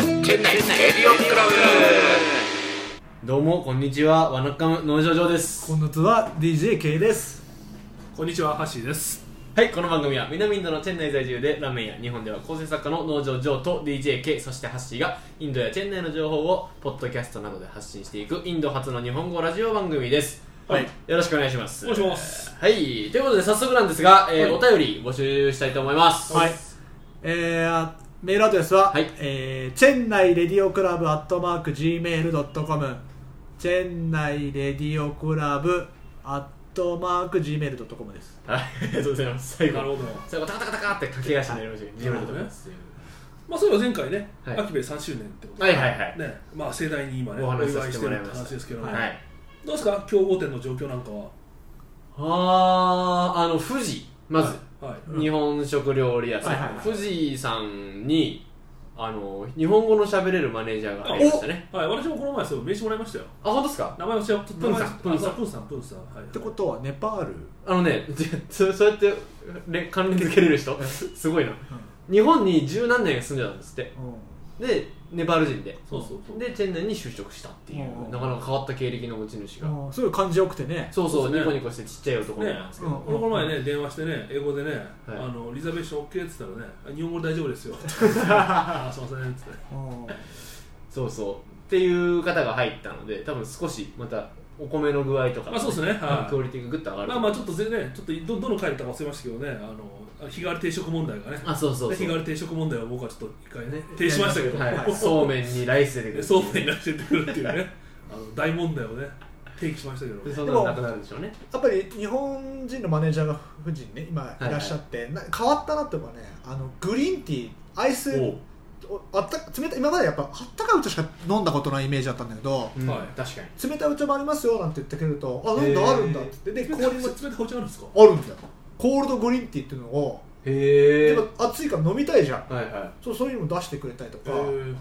エディオンクラブどうもこんにちはワナッカム農場上です今月は DJK ですこんにちは、ハッシーです。はいこの番組は南インドのチェンナイ在住でラーメンや日本では構成作家の農場上と DJK そしてハッシーがインドやチェンナイの情報をポッドキャストなどで発信していくインド初の日本語ラジオ番組ですはいよろしくお願いしますお願いしますはいということで早速なんですが、えーはお便り募集したいと思いますはい、えー、メールアドレスは、はいえーチェンナイレディオクラブアットマーク Gmail.com チェンナイレディオクラブアットマーク Gmail.com ですはいありがとうございます最後なるほど最後タカタカタカって駆け足になりましたけど自分でと思いますまあ、そういえば前回ね、はいアキベ3周年ってことで、はいはいはいね、まあ、盛大に今ね、おお話祝しさせいしててもらいるまってした話ですけど、はいどうですか、競合店の状況なんかは。あーあの富士まず、はい。うん日本食料理屋さん、はいはいはい富士さんにあの日本語の喋れるマネージャーが入りましたねはい、私もこの前、そう、名刺もらいましたよ。あ本当ですか名前をちゃっと、プンさん名前プンをさんあプンさん、プンさん。はい。ってことはネパールあのね そうそうやってれ関連付けれる人すごいな日本に十何年住んでたんですってうでネパール人でそうそうそう。でチェンナイに就職したっていう、うんなかなか変わった経歴の持ち主が、んうんすごい感じよくてねそうそうそうですねニコニコしてちっちゃい男なんですけど、ね俺この前ね、電話してね、英語でね、あはいのリザベーション OK って言ったらね、あ日本語で大丈 夫ですよ。あーすいません、つって。うんそうそうっていう方が入ったので多分少しまたお米の具合とか、まあそうですねはいクオリティがグッと上がるまあまあ、ちょっと全然、ちょっとどどの回だったか忘れましたけどね、あの日替わり定食問題がね、あそうそう日そう替わり定食問題は僕はちょっと一回ね、停止しましたけど、はい、そうめんにライス出てくるでそうめんに出してくるっていうね、あの大問題をね、提起しましたけど、でそんなのなくなるんでしょうねやっぱり日本人のマネージャーが富士にね今いらっしゃって、な変わったなっていうかねあのグリーンティーアイスおあった冷たい今までやっぱあったかいうちしか飲んだことないイメージだったんだけど、うんはい確かに冷たいお茶もありますよなんて言ってくれるとあへなんーだあるんだってでで、氷氷もも冷たいお茶あるんですかあるんだよコールドグリーンティーっていうのを、へでも暑いから飲みたいじゃんはいはそうそういうのも出してくれたりとへか、ーい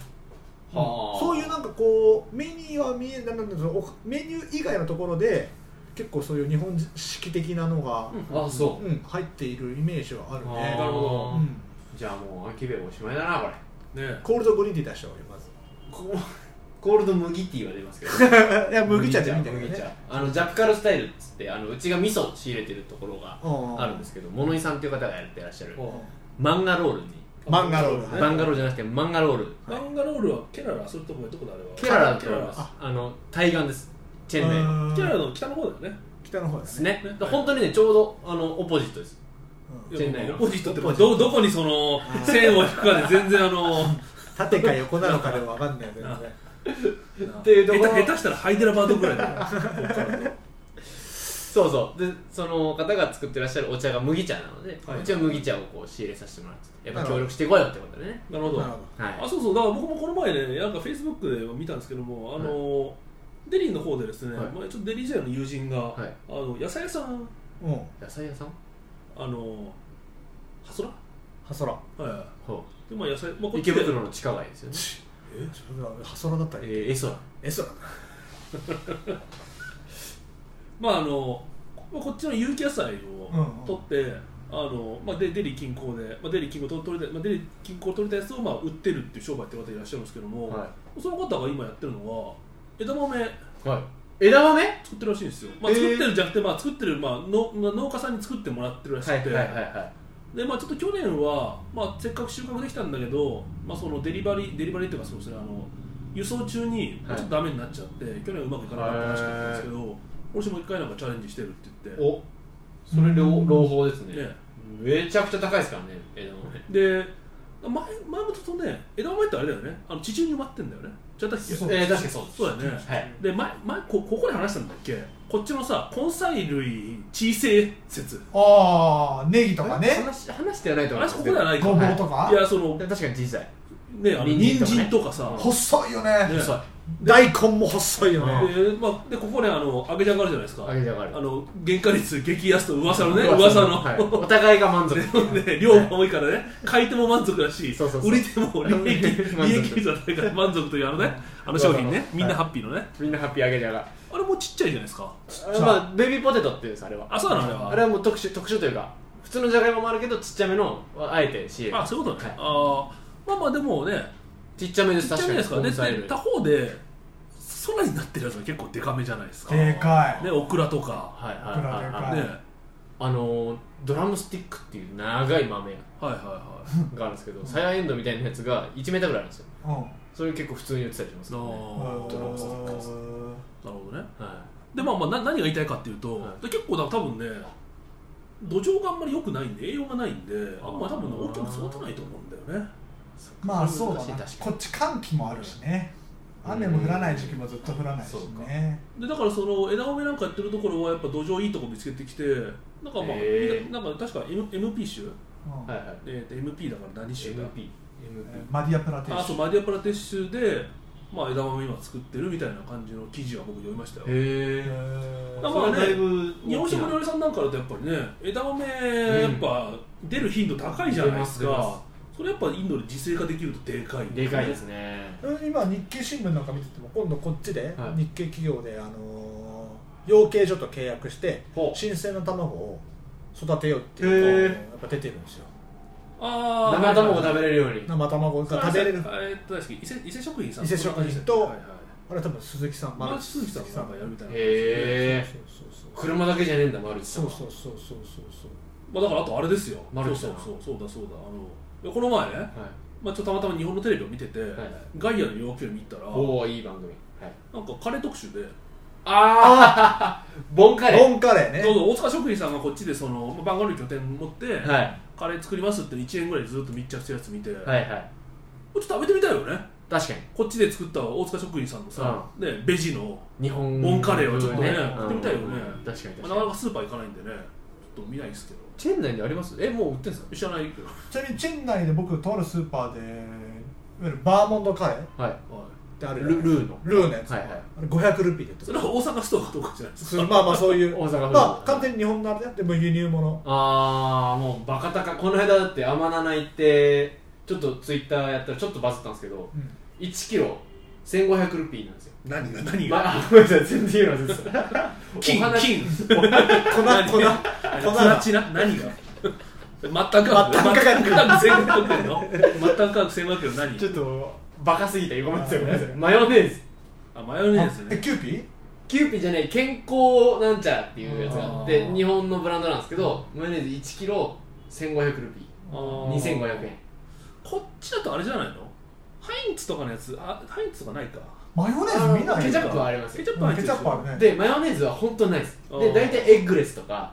はあそういうなんかこうメニューは見えなんなんだろうおメニュー以外のところで結構そういう日本式的なのが、あそううん入っているイメージはあるあーねなるほどうんじゃあもう秋部おしまいだなこれねコールドグリーンティー出した方がいいまずこコールド麦ティーは出ますけどいや 麦茶でみたいなね麦茶あのジャッカルスタイルっつってあのうちが味噌を仕入れてるところがあるんですすけど物井さんっていう方がやってらっしゃるほマンガロールにマンガロールそうですねマンガロールじゃなくてマンガロールマンガロールはケララ、それともどこだあれはケララって言われラますああの対岸ですチェンナイのケララの北の方だよね。北の方でですすねね本当にねちょうどあのオポジットですうんチェンナイのオポジットってオポジットどどこにその線を引くかで全然あの 縦か横なのかでも分かんないよね全然ていうところ下手下手したらハイデラバードぐらいだ よそうそうでその方が作ってらっしゃるお茶が麦茶なので、はいうちは麦茶をこう仕入れさせてもらってやっぱ協力してこいよってことでねなるほなるほどどはあいそうそうだから僕もこの前ねなんかフェイスブックで見たんですけどもあの、デリーの方でですね、はいまあちょっとデリー時代の友人が、はいあの野菜屋さんうん野菜屋さんあのハソラハソラはほいでまあ野菜、まあ、うっ池ちで袋の地下街ですよね、えハソラだったえりー、エソラエソラまああのまあこっちの有機野菜うんうをん取って、あのまあ、デデリー近郊で、まあ、デリー近郊と取れた、まあ、デリー近郊取れたやつをまあ売ってるっていう商売って方いらっしゃるんですけども、はその方が今やってるのは枝豆い、はい、枝豆は作ってるらしいんですよ、まあ、えー作ってるんじゃなくて、まあ、作ってる、まあ、のまあ農家さんに作ってもらってるらしくて、はでまあ、ちょっと去年は、まあ、せっかく収穫できたんだけど、まあ、そのデリバリーデリバリーっていうかそうですねあの輸送中にまはあいちょっとダメになっちゃって、去年はうまくいかなかったらしかったんですけど今年も一回なんかチャレンジしてるって言っておそれ両うん朗報ですねねめちゃくちゃ高いですからね枝豆で前前もとね枝豆ってあれだよねあの地中に埋まってんだよねじゃったっけそうえー、確かにそうですそうだよねはいで前前こここで話したんだっけこっちのさ根菜類地位性説ああネギとかね話話してはないと思いま話すここではないかごぼうとかいやその確かに小さいねあの人参と人かね参とかさ、細いよねね細い大根も細いようねでまあ、でここねあの揚げじゃがあるじゃないですか揚げじゃがあるの原価率激安と噂のね噂の、 はいお互いが満足で量が多いからね買い手も満足だしそうそうそう売り手も利 益満足利益率が高いから満足というあのねあの商品ねみんなハッピーのね、みんなハッピー揚げじゃがあれもうちっちゃいじゃないですかちゃいまあベビーポテトっていうんですあれはあそうなのあれはあれはもう特殊特殊というか普通のじゃがいももあるけどちっちゃめのあえて仕入れあそういうことね、はいああまあまあでもねちっちゃめですちっちゃい確じゃかないにですか根菜でで類他方で空になってるやつが結構デカめじゃないですかでかいねオクラとかはいはいはいいくらではかいいねあのードラムスティックっていう長い豆がはいはいはいあるんですけどサイヤエンドみたいなやつが1メーターぐらいあるんですようんそれ結構普通に売ってたりしますなからねあドラムスティックですなるほどねはでまあまあな何が言いたいかっていうと、はいで結構だ多分ね土壌があんまり良くないんで栄養がないんでああーんまり多分ね大きく育たないと思うんだよねいまあそうだ難しいな確かこにっち寒気もあるしね雨も降らない時期もずっと降らないしねでだからその枝豆なんかやってるところはやっぱ土壌いいとこ見つけてきてなんかまあ、へーみんななんか確か M MP 種、うんはいはいえーと MP だから何種だ MP えーマディアプラテあーシそうョンマディアプラテッシュで、まあ、枝豆今作ってるみたいな感じの記事は僕読みましたよへええだーからねぶ日本食料理さんなんかだとやっぱりね枝豆やっぱ出る頻度高いじゃないです出ます出かまそれやっぱインドで自炊ができるとでかいよねでかいですねうん今日経新聞なんか見てても今度こっちではい日系企業であのー養鶏所と契約してほう新鮮な卵を育てようっていうへやっぱ出てるんですよああ生卵を食べれるように生卵が食べれるえっと確か伊勢伊勢食品さん伊勢食品とあれ多分鈴木さんマ丸ルチ鈴木さんなんかやるみたいなへえそうそうそう車だけじゃねえんだマルチさんそはうそうそうそうそうそうまあだからあとあれですよマルチさそんうそうそうそうだそうだあのこの前ね、はいまあ、ちょっとたまたま日本のテレビを見てて、ガイアの要求を見たらおおいい番組はいなんかカレー特集でああ ボンカレーボンカレーそうねそう大塚食品さんがこっちでそのまあバンガロールに拠点持って、はいカレー作りますって1円ぐらいずっと密着してるやつ見て、はいはいこっち食べてみたいよね確かにこっちで作った大塚食品さんのさ、ね、ベジの、日本ボンカレーはちょっとねうん食ってみたいよね確かにま確あなかかなにかスーパー行かないんでねちょっと見ないですけどチェーン内でありますえもう売ってんすか知らないけど、ちなみにチェン内で僕とあるスーパーでいわゆるバーモンドカレーっはいはてあるルルーのルーのやつはいはいあれ500ルピーで売っい、てそるれは大阪ストアかどうかじゃないですそかれまあまあそ ういう大阪風まあ完全に日本のあれねでも輸入物ああもうバカ高この間だって天七行ってちょっとツイッターやったらちょっとバズったんですけど1キロ1500ルピーなんですよ何が何まがあ ごめんなさい全然言うの忘れてた金お花金お花粉粉何粉がラチナ何 が末端価末端格価格末端価格1500円の末端価格1500円の何ちょっとバカすぎたごめんなさいごめんなさいマヨネーズあマヨネーズえねキューピーキューピーじゃない健康なんちゃらっていうやつがあっあてー日本のブランドなんですけどマヨネーズ1キロ1500ルピあーー2500円こっちだとあれじゃないのハインツとかのやつあハインツとかないかマヨネあーのズ見ないケチャップはありますケよチャップはケチャップあるねでマヨネーズは本当にないですあでー大体エッグレスとか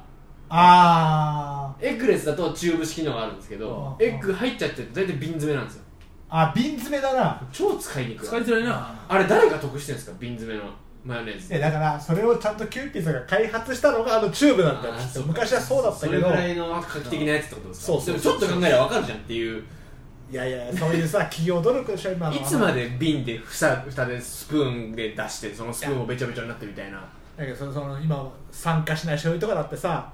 あーエッグレスだとチューブ式のがあるんですけどうんエッグ入っちゃってると大体瓶詰めなんですよあ瓶詰めだな超使いにくい使いづらいなあれ誰が得してるんですか瓶詰めのマヨネーズえだからそれをちゃんとキューピーさんが開発したのがあのチューブなんだよあーきっとそうか昔はそうだったそけれぐどらいの画期的なやつってことですかそうそうでもちょっと考えればわかるじゃんっていういやいやそういうさ企業努力でしょ今のいつまで瓶で蓋蓋でスプーンで出してそのスプーンをべちゃべちゃになってみたいなだけどそのその今参加しない醤油とかだってさ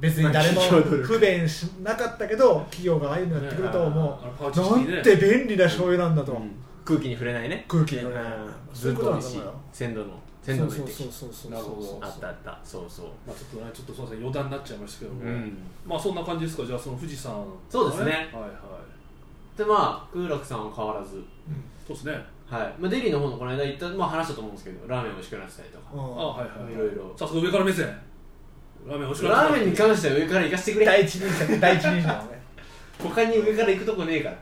別に誰もまあ企業努力不便しなかったけど企業がああいうのやってくるともあのパウチう式でなんて便利な醤油なんだと、空気に触れないね空気に触れないうんそうずいっうことと美味なんだしいと思うよ鮮度の鮮度の一滴そうそうそうそうそうなるほどあったあったそうそうまあ、ちょっとね、ちょっとすみません、余談になっちゃいましたけども、うんまあそんな感じですか、じゃあ、その富士山、そうですねはいはい、でまあ空楽さんは変わらずそうですね、はいまあデリーの方のこの間行ったまあ話したと思うんですけどラーメン美味しくなってたりとかあうんはいはい、いろいろ早速上から目線、ラーメン美味しくなラったーメンに関しては上から行かせてくれ第一人者第一人者だね他に上から行くとこねえから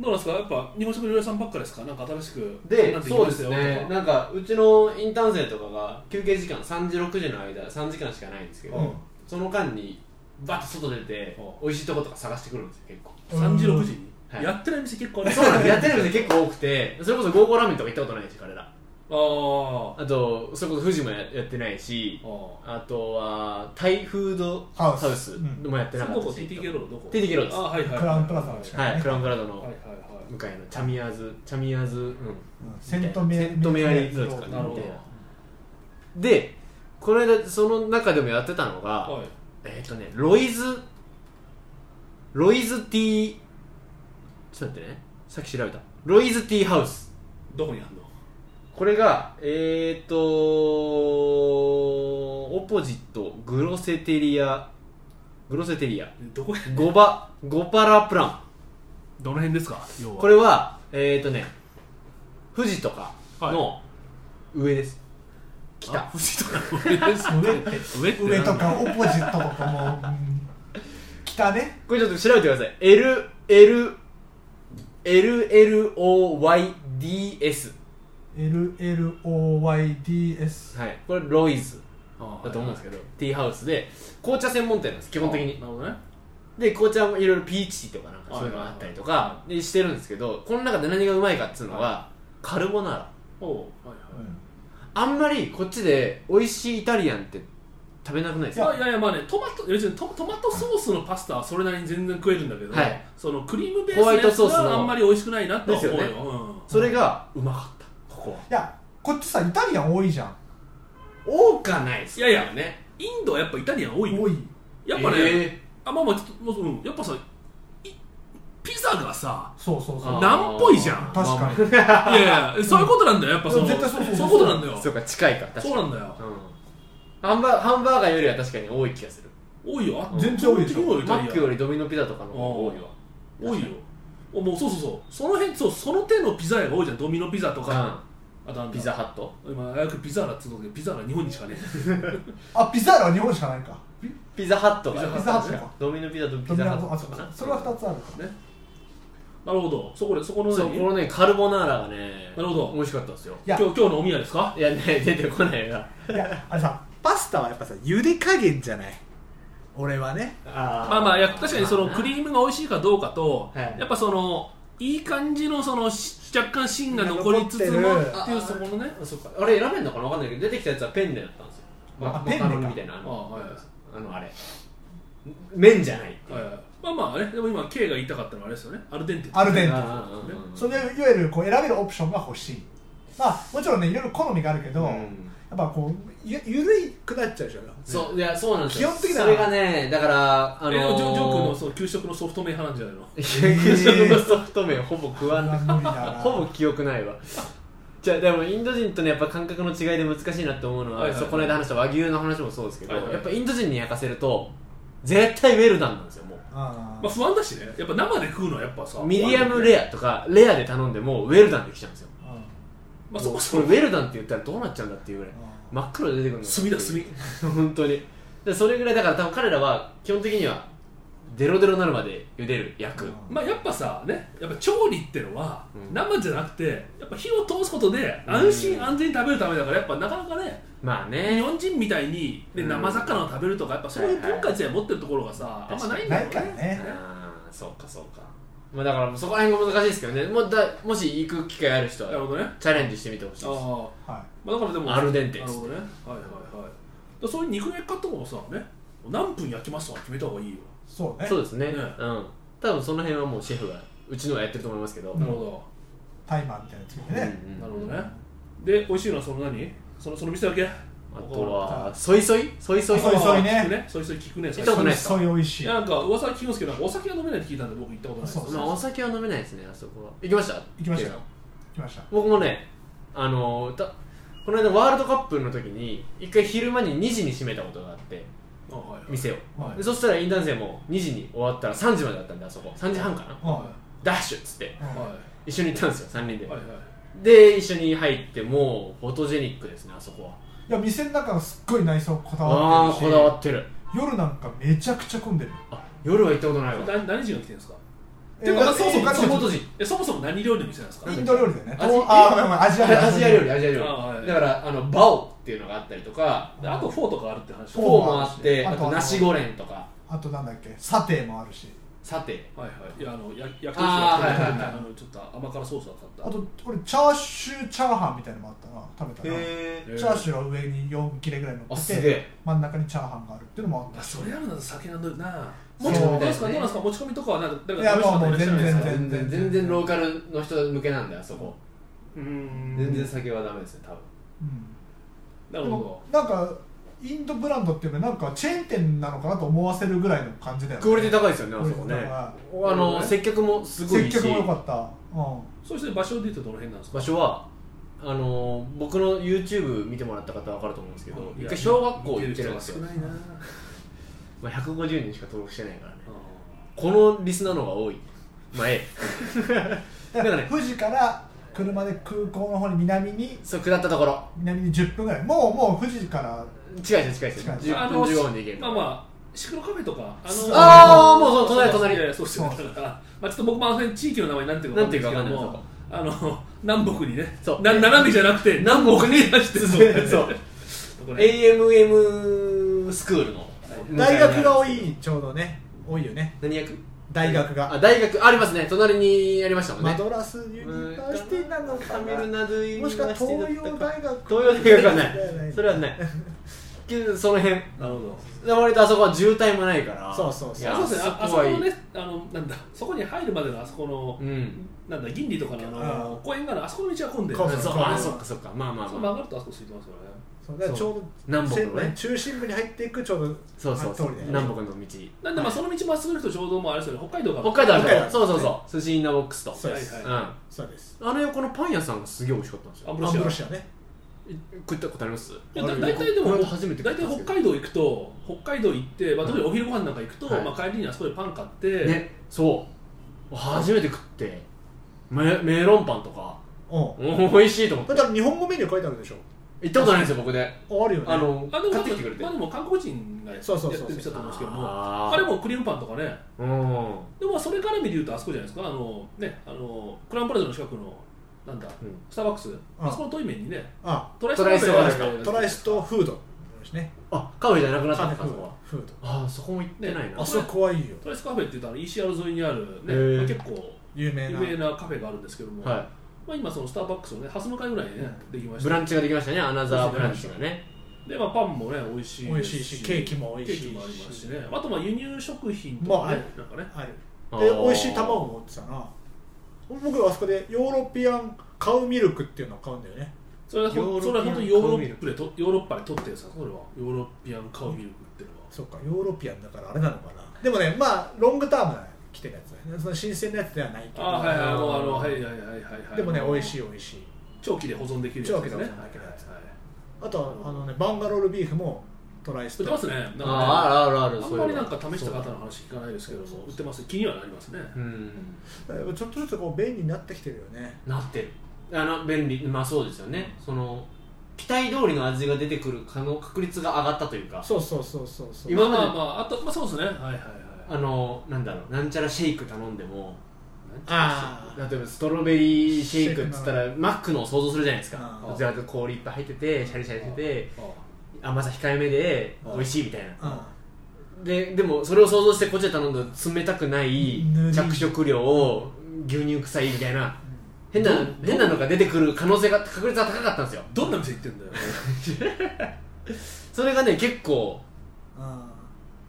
どうなんですか、やっぱ日本食料理屋さんばっかですか、なんか新しく、でなんてきそうまでしたすよねとかなんかうちのインターン生とかが休憩時間3時6時の間3時間しかないんですけど、うんその間にバッと外出てう美味しいとことか探してくるんですよ結構3時、6時に、はいやってない店結構あるそうなんですやってる店結構多くてそれこそゴーゴーラーメンとか行ったことないし彼らあーあとそれこそ富士もややってないしあー、あとはタイフードハウスハウスもやってなそかれっどたこ、し TT ゲローどこ TT ゲローですあはいはい、クラウンプラザの近くはいクラウンプラザのはいはいはい向かいのチャミアーズチャミアーズうんうんセントメセントメアリーズとかなるほどみたいなでこの間その中でもやってたのが、はい、えっ、とねロイズロイズティーちょっと待ってねさっき調べたロイズティーハウスどこにあるのこれがえっ、とオポジットグロセテリアグロセテリアどこゴバゴパラプランどの辺ですか、要は。これはえっ、ー、とね富士とかの上です、あ富士とか上です上って上っ て上なんとだかオポジットとかもう、うん、北ねこれちょっと調べてください L L LLOYDS LLOYDS はいこれロイズあだと思うんですけど、ティーハウスで紅茶専門店なんです基基本的になるほどねで紅茶もいろいろピーチティーとかなんかそういうのがあったりとはいはいかでしてるんですけどこの中で何がうまいかっつうのはカルボナーラおおうはいはいあんまりこっちで美味しいイタリアンって食べなくないですまかあ、いやいやまあねトマト別にトトマトソースのパスタはそれなりに全然食えるんだけど、はいそのクリームベホワイトースソーのやスつのはあんまり美味しくないなとは思うよ、ですようんそれがうまかったここはいやこっちさイタリアン多いじゃん多かないっすいやいやねインドはやっぱイタリアン多いよ多いやっぱね、えあまあまあちょっともううんやっぱさいピザがさそうそうそうーナンっぽいじゃん確かにい やいやそういうことなんだよやっぱその絶対そうそうそういうことなんだまよあそうか近いか確かそうなんだよに、うん、ハンバハンバーガーよりは確かに多い気がする多いよあ全然多いでしょ多いよイマタリックアよりドミノピザとかの方が多いわ多いよおもうそうそうそうその辺そうその手のピザ屋が多いじゃんドミノピザとか、あとあうんん、だピザハット今早くピザーラっつうのだけどピザーラ日本にしかねあピザーラは日本しかないかピピザハットがピザピザハットかドミノピザとドピミザノハあッそトうかかなそれは2つあるかね なるほどそこでそこのそうこ何のねカルボナーラがねなるほど美味しかったですよいや今日今日のおみやですかいやね出てこないな らいやあれさパスタはやっぱさ茹で加減じゃない俺はねあまあまあいや確かにそのクーリームが美味しいかどうかと、はいやっぱそのいい感じのそのし若干芯が残りつつも残っってるていうそこのねムそっかあれ選べんのかなわかんないけど出てきたやつはペンネだったんですよあまペンネかマカロニみたいなああのはいはいあのあれ麺じゃないはいまあまあねでも今 K が言いたかったのはあれですよねアルデンテアルデンテあーうんそれいわゆるこう選べるオプションが欲しいまあもちろんねいろいろ好みがあるけど、うやんっぱこうゆゆるいくなっちゃうでしょそういやそうなんですよ基本的なそれがねだからあのあのえでもジョジョー君のーその給食のソフト麺派なんじゃないの給食のソフト麺ほぼ食わあんないな無理だなほぼ記憶ないわじゃあでもインド人とねやっぱ感覚の違いで難しいなって思うのは,、はいはいはいそうこの間話した和牛の話もそうですけど、はいはいやっぱインド人に焼かせると絶対ウェルダンなんですよもあーまあ不安だしねやっぱ生で食うのはやっぱさうミディアムレアとかレアで頼んでもウェルダンできちゃうんですようんまあそもこうそここれウェルダンって言ったらどうなっちゃうんだっていうぐらい真っ黒で出てくるの炭だ炭 本当にでそれぐらいだから多分彼らは基本的にはデロデロになるまで茹でる焼く、うんまあやっぱさねやっぱ調理ってのはうん生じゃなくてやっぱ火を通すことで安うん心安全に食べるためだからやっぱなかなかねまあ日ね本人みたいにねうん生魚を食べるとかやっぱそういう文化自体持ってるところがさあんまないんだなよいからねねあーそうかそうかまあだからそこら辺が難しいですけどねもうだもし行く機会ある人なるはほどねチャレンジしてみてほしいあですあはまあ、だからでもアルデンテなるほどねはいはいはいだからそういう肉の焼き方とかもさね何分焼きますとか決めた方がいいよいそうねそうですねねうん多分その辺はもうシェフがうちのはやってると思いますけど、んなるほタイマーみたいなやつうんでうんね、ど、なるほどねで美味しいのはその何そのその店だけあとはソイソイソイソイソイソイね聞くねそういう人聞くね聞いたことないですかそういう美味しいいやなんか噂は聞きますけどなんかお酒が飲めないって聞いたんで僕行ったことないですそうまあお酒は飲めないですねあそこは行きました行きましケたイよさん来ました僕もねあのたこの間ワールドカップの時に一回昼間に2時に閉めたことがあってあはいはい店を、はいでそしたらイン男性も2時に終わったら3時までだったんであそこ3時半かなうんダッシュっつってうんは一緒に行ったんですよ3人で、いはいはいで一緒に入ってもうフォトジェニックですねあそこはいや店の中がすっごい内装こだわああーってこるしだわってる夜なんかめちゃくちゃ混んでるあ夜は行ったことないわ何何時に来てるんですかえてかだそうそうえー地元人えそもそも何料理の店なんですかインド料理だよねアジとあーごめんごめんアジア料理アジア料理アジア料あーは理いだからあのバオっていうのがあったりとかであとフォーとかあるって話フフォーォもあってああととナシゴレンとかあとなんだっけサテもあるしさてはいはいいやあのや焼き鳥師があーやってるみたはいなあのちょっと甘辛ソースがかかあったと俺チャーシューチャーハンみたいなのもあったな食べたなへえチャーシューは上に4切れぐらい乗あっすてげてえ真ん中にチャーハンがあるっていうのもああっそれあるなら酒飲んでるなそう持ち込みみたどいうでねですすかどうなんですか持ち込みとかはなんかだかいやらもうもう試した方いらっしゃるんですか全然全然ローカルの人向けなんだよあそこうーん全然酒はダメですね多分た、うなるん、でほもなんかインドブランドっていうかなんかチェーン店なのかなと思わせるぐらいの感じだよねクオリティ高いですよねあクオそリテこィね高あの接客もすいごいいいし接客も良かった、うんどそして場所で言うとどの辺なんですか場所はあのー僕の YouTube 見てもらった方は分かると思うんですけどい一や回小学校行ってるんですよ見、てる人が少ないなまあ、150人しか登録してないからねあこのリスナーの方が多いまあええだだかからら、ね富士から車で空港の方に南にそう下ったところ南に10分ぐらいもうもう富士から近いです近いです近い10あ分の15分で行けるまあまあシクロカフェとかあのあーもうその隣隣いやいやそうそうだからまあちょっと僕もあの辺地域の名前なんていうかなんていうかわかんないわかんないですけどもあの南北にねそうな斜めじゃなくて南北に出してるそうこれ AMM スクールの大学が多いいちょうどね多いよね何役大学あが大学ありますね隣にありましたもんねマドラスユニバーシティなのかカメなルナドゥユニバもーしシくティはだった東か洋大学東洋大学はないそれはは ないけどその辺なるほどで割とあそこは渋滞もないからそうそうそういやそうですねあああそこそこはいいのねあのなんだそこに入るまでのあそこの、うんなんだ銀利とかのあのあー公園があるあそこの道は混んでるそうあそうそうあそっかそっかまあまあそうまあ曲がるとあそこ空いてますよねそうだからちょうど南北のね中心部に入っていくちょうどそうそうそうあ通りだよね南北の道なんでまあその道まっすぐ行くとちょうどもうあれですよね北海道が北海道ある北海道そうそうそう寿司インナーボックスとそうですはいうんはあそうですの横のパン屋さんがすげえ美味しかったんですアよンブロアンブロシシアね食ったことありますアいやだあるよ大体でこもれ初めて食大った体んですけど北海道行くと北海道行って、まあ、特にお昼ご飯なんか行くと、はいまあ、帰りにあそこでパン買って、ねそう初めて食ってメメロンパンとかうんお美味しいと思っだてって日本語メニュー書いてあるでしょ行ったことないんですよ僕でああるよねあのあでも買ってきてくれてまあ、でも韓国人がやそうそうそうやってる店だと思うんですけどもああーれもクリームパンとかねうんでもまあそれから見で言うとあそこじゃないですかあのねあのクラウンパレードの近くのなんだうんスターバックス、あそこの対面にねあトラトライストカフェカフトライストフードですねあカフェじゃなくなったカんフでェすかそこはフードフーああそこも行ってないなドあそこはいいよトライスカフェって言ったら ECR 沿いにあるへね、ーまあ結構有名有な名なカフェがあるんですけども、はまあ、今そのスターバックスのね端向かいぐらいにねできまいしブたランチができましたねアナザーブランチがねで、まあ、パンもね美味しい美味しいしケーキも美ケ味ーしいキしもありますしねあとまあ輸入食品とかね、なんかねあるあでー美味しい卵も売ってたな僕はあそこでヨーロピアンカウミルクっていうのを買うんだよねそれはほヨーロピアんンそれは本当にヨーロッパでとヨーロッパで取ってるさそれはヨーロピアンカウミルクっていうのはそうかヨーロピアンだからあれなのかなでもねまあロングタームな来てるやつだよねその新鮮なやつではないけどあーはいはいもうあのはいはいはいはいはいでもね美味しいい美味しい長期で保存できるやつです長期ねで保存できるやつはいはいはいあとはあのねバンガロールビーフもトライし売っててますねなんあかねああるあるあるあそんういまうりのなんか試した方の話聞かないですけども売ってます気にはなりますねうんちょっとずつこう便利になってきてるよねなってるあの便利まあそうですよねその期待通りの味が出てくる可能確率が上がったというかそうそうそうそうそう今までまあまああとまあそうですねはいはいはいあのなんだろうなんちゃらシェイク頼んでもあ例えばストロベリーシェイクっつったらマックのを想像するじゃないですかあーずらっと氷いっぱい入っててシャリシャリしててああ甘さ控えめで美味しいみたいなあででもそれを想像してこっちで頼んだ冷たくないぬるい着色料を牛乳臭いみたいなう変などん変なのが出てくる可能性が確率が高かったんですよどんな店行ってんだ よそれがね結構んあ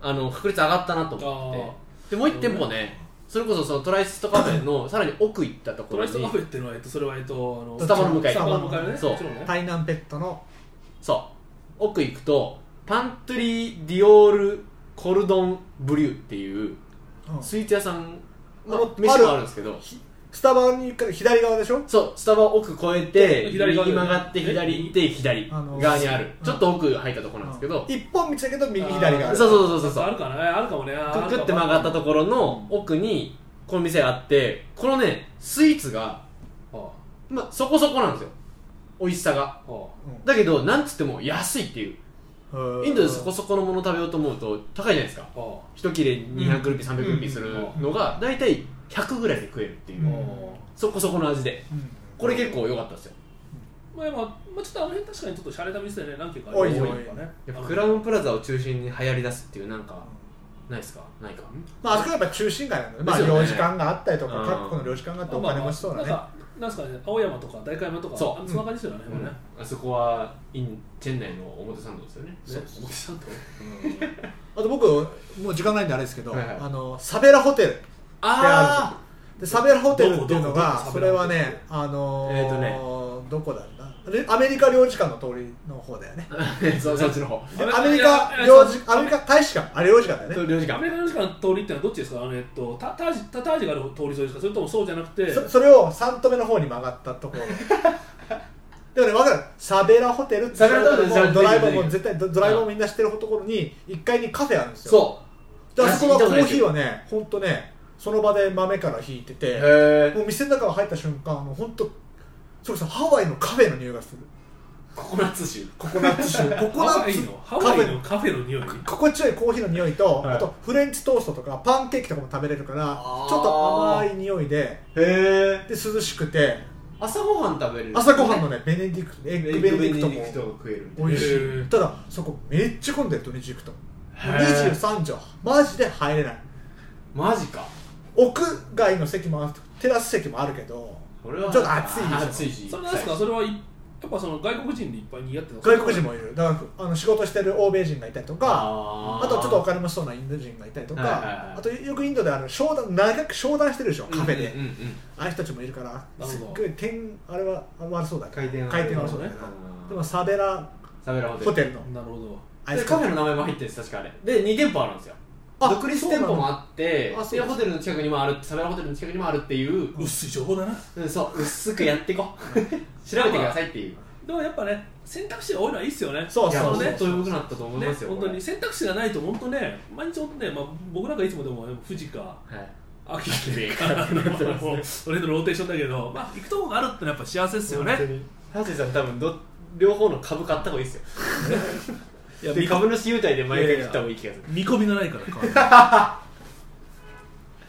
あの確率上がったなと思ってでもう一店舗ねそれこそそのトライストカフェ のさらに奥行ったとこトろライにストカフェっていうのはえっとそれはえっとあのスタバの向かいスタバの向かいのねそうもちろんねー台南ペットのそう奥行くとパントリー・ディオール・コルドン・ブリューっていううんスイーツ屋さんあのの飯もあるんですけどスタバに行くから左側でしょそうスタバを奥越えて右左側だよね曲がってえ左行って左あの側にあるうんちょっと奥入ったところなんですけど一本道だけど右左がああそうるそうそうそうそうあるかなえあるかもねあくくって曲がったところの奥にこの店があってこのねスイーツが、ろまあ、そこそこなんですよ美味しさがだけどなんつっても安いっていうインドでそこそこのもの食べようと思うと高いじゃないですか一切れ200ルピー、300ルピーするのが大体100ぐらいで食えるっていう、うんそこそこの味でうんこれ結構良かったですよまあまあまあちょっとあの辺確かにちょっと洒落た店でね何軒かあ多りいまよすねやっぱあのクラウンプラザを中心に流行りだすっていうなんかないですかないかまああそこはやっぱ中心街なんで、まあですよね領事館があったりとうかん各国の領事館があってお金持ちそうだねなんかなんすかね青山とか代官山とかそうあのそんな感じですよねうんねあそこはインチェン内の表参道ですよねそうね表参道あと僕もう時間ないんであれですけど、はいはいあのサベラホテルってああるでサベラホテルっていうのどこどがこそれはサベラホねテルあのーえーとねどこだろうなでアメリカ領事館の通りの方だよねあそそっちの方でアメアメリいやカいや領そ事うアメリカ大使館あれ領事館だよね領事ア館メリカの時間の通りってのはどっちですかあのえっとタタージタタージがある通り沿いですかそれともそうじゃなくて そそれを三止めの方に曲がったとこ ろでもね分かるサベラホテルってサベラホテルもうドライバーも全然絶対ドドライバーもみんな知ってるところに1階にカフェあるんですよそであそこは行ったことコないーですヒーよはね、本当ね、その場で豆から引いてて、へもう店の中入った瞬間あの本当それこそハワイのカフェの匂いがするココナッツ酒ココナッツ臭ココナハワッイツのハワイのカフェカフェの匂い心地よいコーヒーの匂いと、はいあとフレンチトーストとかパンケーキとかも食べれるからあーちょっと甘い匂いでへえで涼しくて朝ごはん食べれる朝ごはんのねベネディクトエエッッググベベネネデディィククトトもも食えるみたい美味しへいーただそこめっちゃ混んでる土日行くとへー23畳マジで入れないマジか屋外の席もあるテラス席もあるけどこれはちょっと暑いでしょ暑いしそれなんですか、それはいやっぱその外国人でいっぱいにやってた外国人もいるだからあの仕事してる欧米人がいたりとかああとはちょっとお金持ちそうなインド人がいたりとか、はいはいはいあとよくインドであの商談長く商談してるでしょカフェで、うんうんうんうんああいう人たちもいるからほどすっごい点あれは悪そうだけど回転は回転は悪そうだけど、でもサベラサベラホテルホテルのなるほどアイでスカカフフェェの名前も入ってるんです確かあれで2店舗あるんですよあ独立店舗もあってそうなんだあそうでホですテルの近くにもあるサベラホテルの近くにもあるっていう、薄い情報だなうん、そう薄くやっていこう 調べてくださいっていうでもやっぱね選択肢が多いのはいいっすよねそういやそう本そう当に良くなったと思いねますよ本当これに選択肢がないと本当ね毎日本当ね、まあ、僕なんかいつもでも富士かはい秋かもう俺のローテーションだけど、まあ、行くとこがあるってのはやっぱ幸せですよねハセさん多分ど両方の株買った方がいいですよいやで見込株主優待で毎回切った方がいい気がする見込みのない から変わる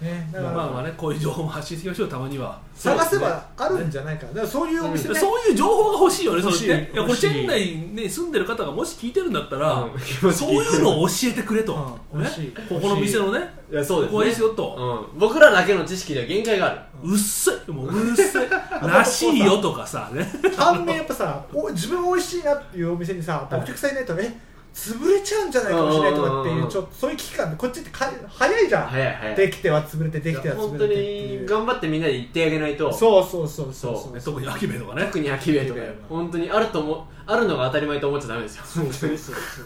ねだかまら、あまあねこういう情報も発信していきましょうたまには探せばあるんじゃないかなだからそういうお店そうね、いう情報が欲しいよね、そ欲のしいねいやこれ欲しチいェン内に、ね、住んでる方がもし聞いてるんだったら、うん気持ちそう聞いてるいうのを教えてくれと、うんね欲しい、ここの店のね、 いやそうですねここはいいですよと、うん、僕らだけの知識では限界があるうっせい、もううっせい、らしいよとかさ、ね、反面やっぱさお自分美味しいなっていうお店にさお客さんいないとね潰れちゃうんじゃないかもしれないとかってうんうんうんいううんちょっとそういう危機感でこっちってか早いじゃん早い早いできては潰れてできては潰本当れてっていにう頑張ってみんなで言ってあげないとそうそうそうそうそうそう特にアキベとかね、特に秋兵衛とか秋兵衛本当にあると思あるのが当たり前と思っちゃダメですよそうそうそう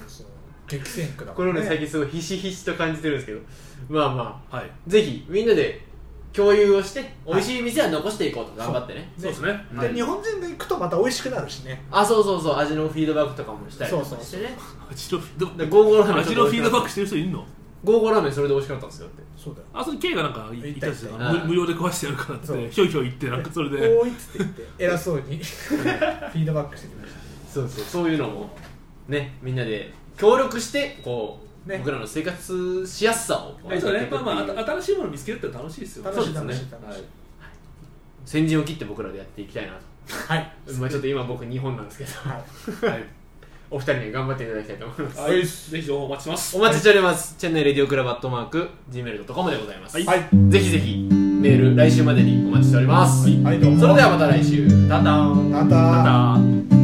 そう激戦区 だこれをね最近すごいひしひしと感じてるんですけどまあまあはい、ぜひみんなで共有をして美味しい店は残していこうと頑張ってねそうですね、はいで日本人が行くとまた美味しくなるしねあそうそうそう味のフィードバックとかもしたりとかしてね味のフィードバでッゴーゴーラーメク、ン味のフィードバッククしてる人いるのゴーゴーラーメンそれで美味しかったんですよだってそうだよあそれ K がなんか言ったんですよ言った言った無無料で食わしてやるからっつそっうてひょいひょい言ってなんかそれでおーいっつって言って偉そうに フィードバックしてくれましそうそうそういうのもねみんなで協力してこう、ね僕らの生活しやすさをえそうねまあま上げていくってあいうあ新しいもの見つけるって楽しいですよたそ楽うでしいす楽ねしい楽しい先陣を切って僕らでやっていきたいなはいと、まあ、ちょっと今僕日本なんですけはいど、はい、お二人に頑張っていただきたいと思いますはいぜひ情報お待ちしてますお待ちしております、チェンネルレディオクラブアットマーク Gmail.com でございます、はいぜひぜひメール来週までにお待ちしております、はいどうもそれではまた来週たたんただた